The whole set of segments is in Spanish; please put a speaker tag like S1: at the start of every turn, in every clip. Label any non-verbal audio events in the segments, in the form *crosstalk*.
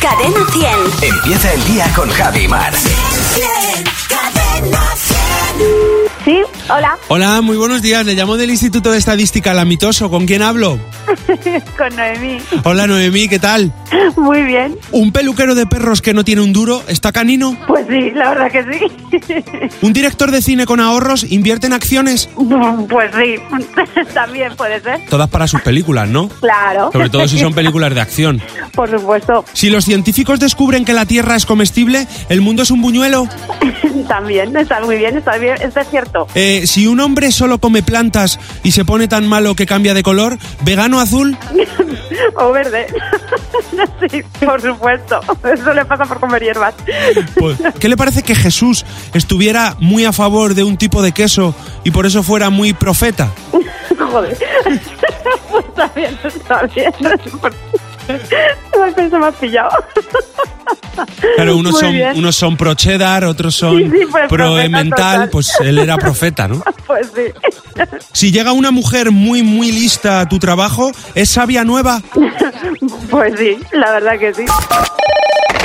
S1: Cadena 100.
S2: Empieza el día con Javi Mar.
S1: Cadena 100.
S3: Sí, hola,
S4: Hola, muy buenos días. Le llamo del Instituto de Estadística Lamitoso. ¿Con quién hablo?
S3: con Noemí.
S4: Hola, Noemí, ¿qué tal?
S3: Muy bien.
S4: ¿Un peluquero de perros que no tiene un duro está canino?
S3: Pues sí, la verdad que sí. *laughs*
S4: ¿Un director de cine con ahorros invierte en acciones?
S3: pues sí, *laughs* también puede ser.
S4: Todas para sus películas, ¿no?
S3: Claro.
S4: Sobre todo si son películas de acción.
S3: *laughs* Por supuesto, *laughs*
S4: Si los científicos descubren que la Tierra es comestible, el mundo es un buñuelo.
S3: también, está muy bien, está bien, está cierto.
S4: Eh, si un hombre solo come plantas y se pone tan malo que cambia de color, ¿vegano azul?
S3: o verde. *laughs* sí, por supuesto. Eso le pasa por comer hierbas. *laughs*
S4: Pues, ¿Qué le parece que Jesús estuviera muy a favor de un tipo de queso y por eso fuera muy profeta?
S3: Joder. *laughs* pues también, está bien. *laughs* Me más pillado. *laughs*
S4: Claro, unos
S3: Muy
S4: son,
S3: bien.
S4: unos son pro cheddar, otros son
S3: Sí, sí, pues,
S4: pro
S3: profeta
S4: emmental,
S3: total.
S4: pues él era
S3: *laughs*
S4: profeta, ¿no?
S3: Pues sí.
S4: Si llega una mujer muy, muy lista a tu trabajo, ¿es sabia nueva?
S3: *laughs* Pues sí, la verdad que sí.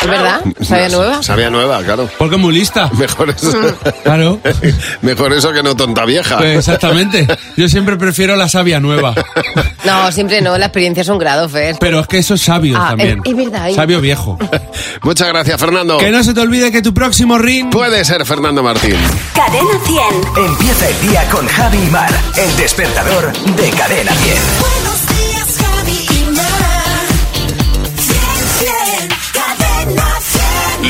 S5: ¿Es verdad? ¿Sabía nueva?
S6: Sabía nueva, claro. *laughs*
S4: Porque muy lista.
S6: Mejor eso,
S4: *laughs* Claro,
S5: Mm.
S6: *laughs* mejor eso que no tonta vieja.
S4: pues exactamente. Yo siempre prefiero la sabia nueva.
S5: No, siempre no, la experiencia es un grado, Fer.
S4: Pero es que eso es sabio
S5: Ah,
S4: también.
S5: es- es verdad, ¿eh?
S4: Sabio
S5: *laughs*
S4: viejo.
S6: *laughs* Muchas gracias, Fernando.
S4: Que no se te olvide que tu próximo ring...
S6: Puede ser Fernando Martín.
S1: Cadena 100.
S2: Empieza el día con Javi Mar. El despertador de Cadena 10.
S1: Buenos días, Javi y Mar. Cadena 100.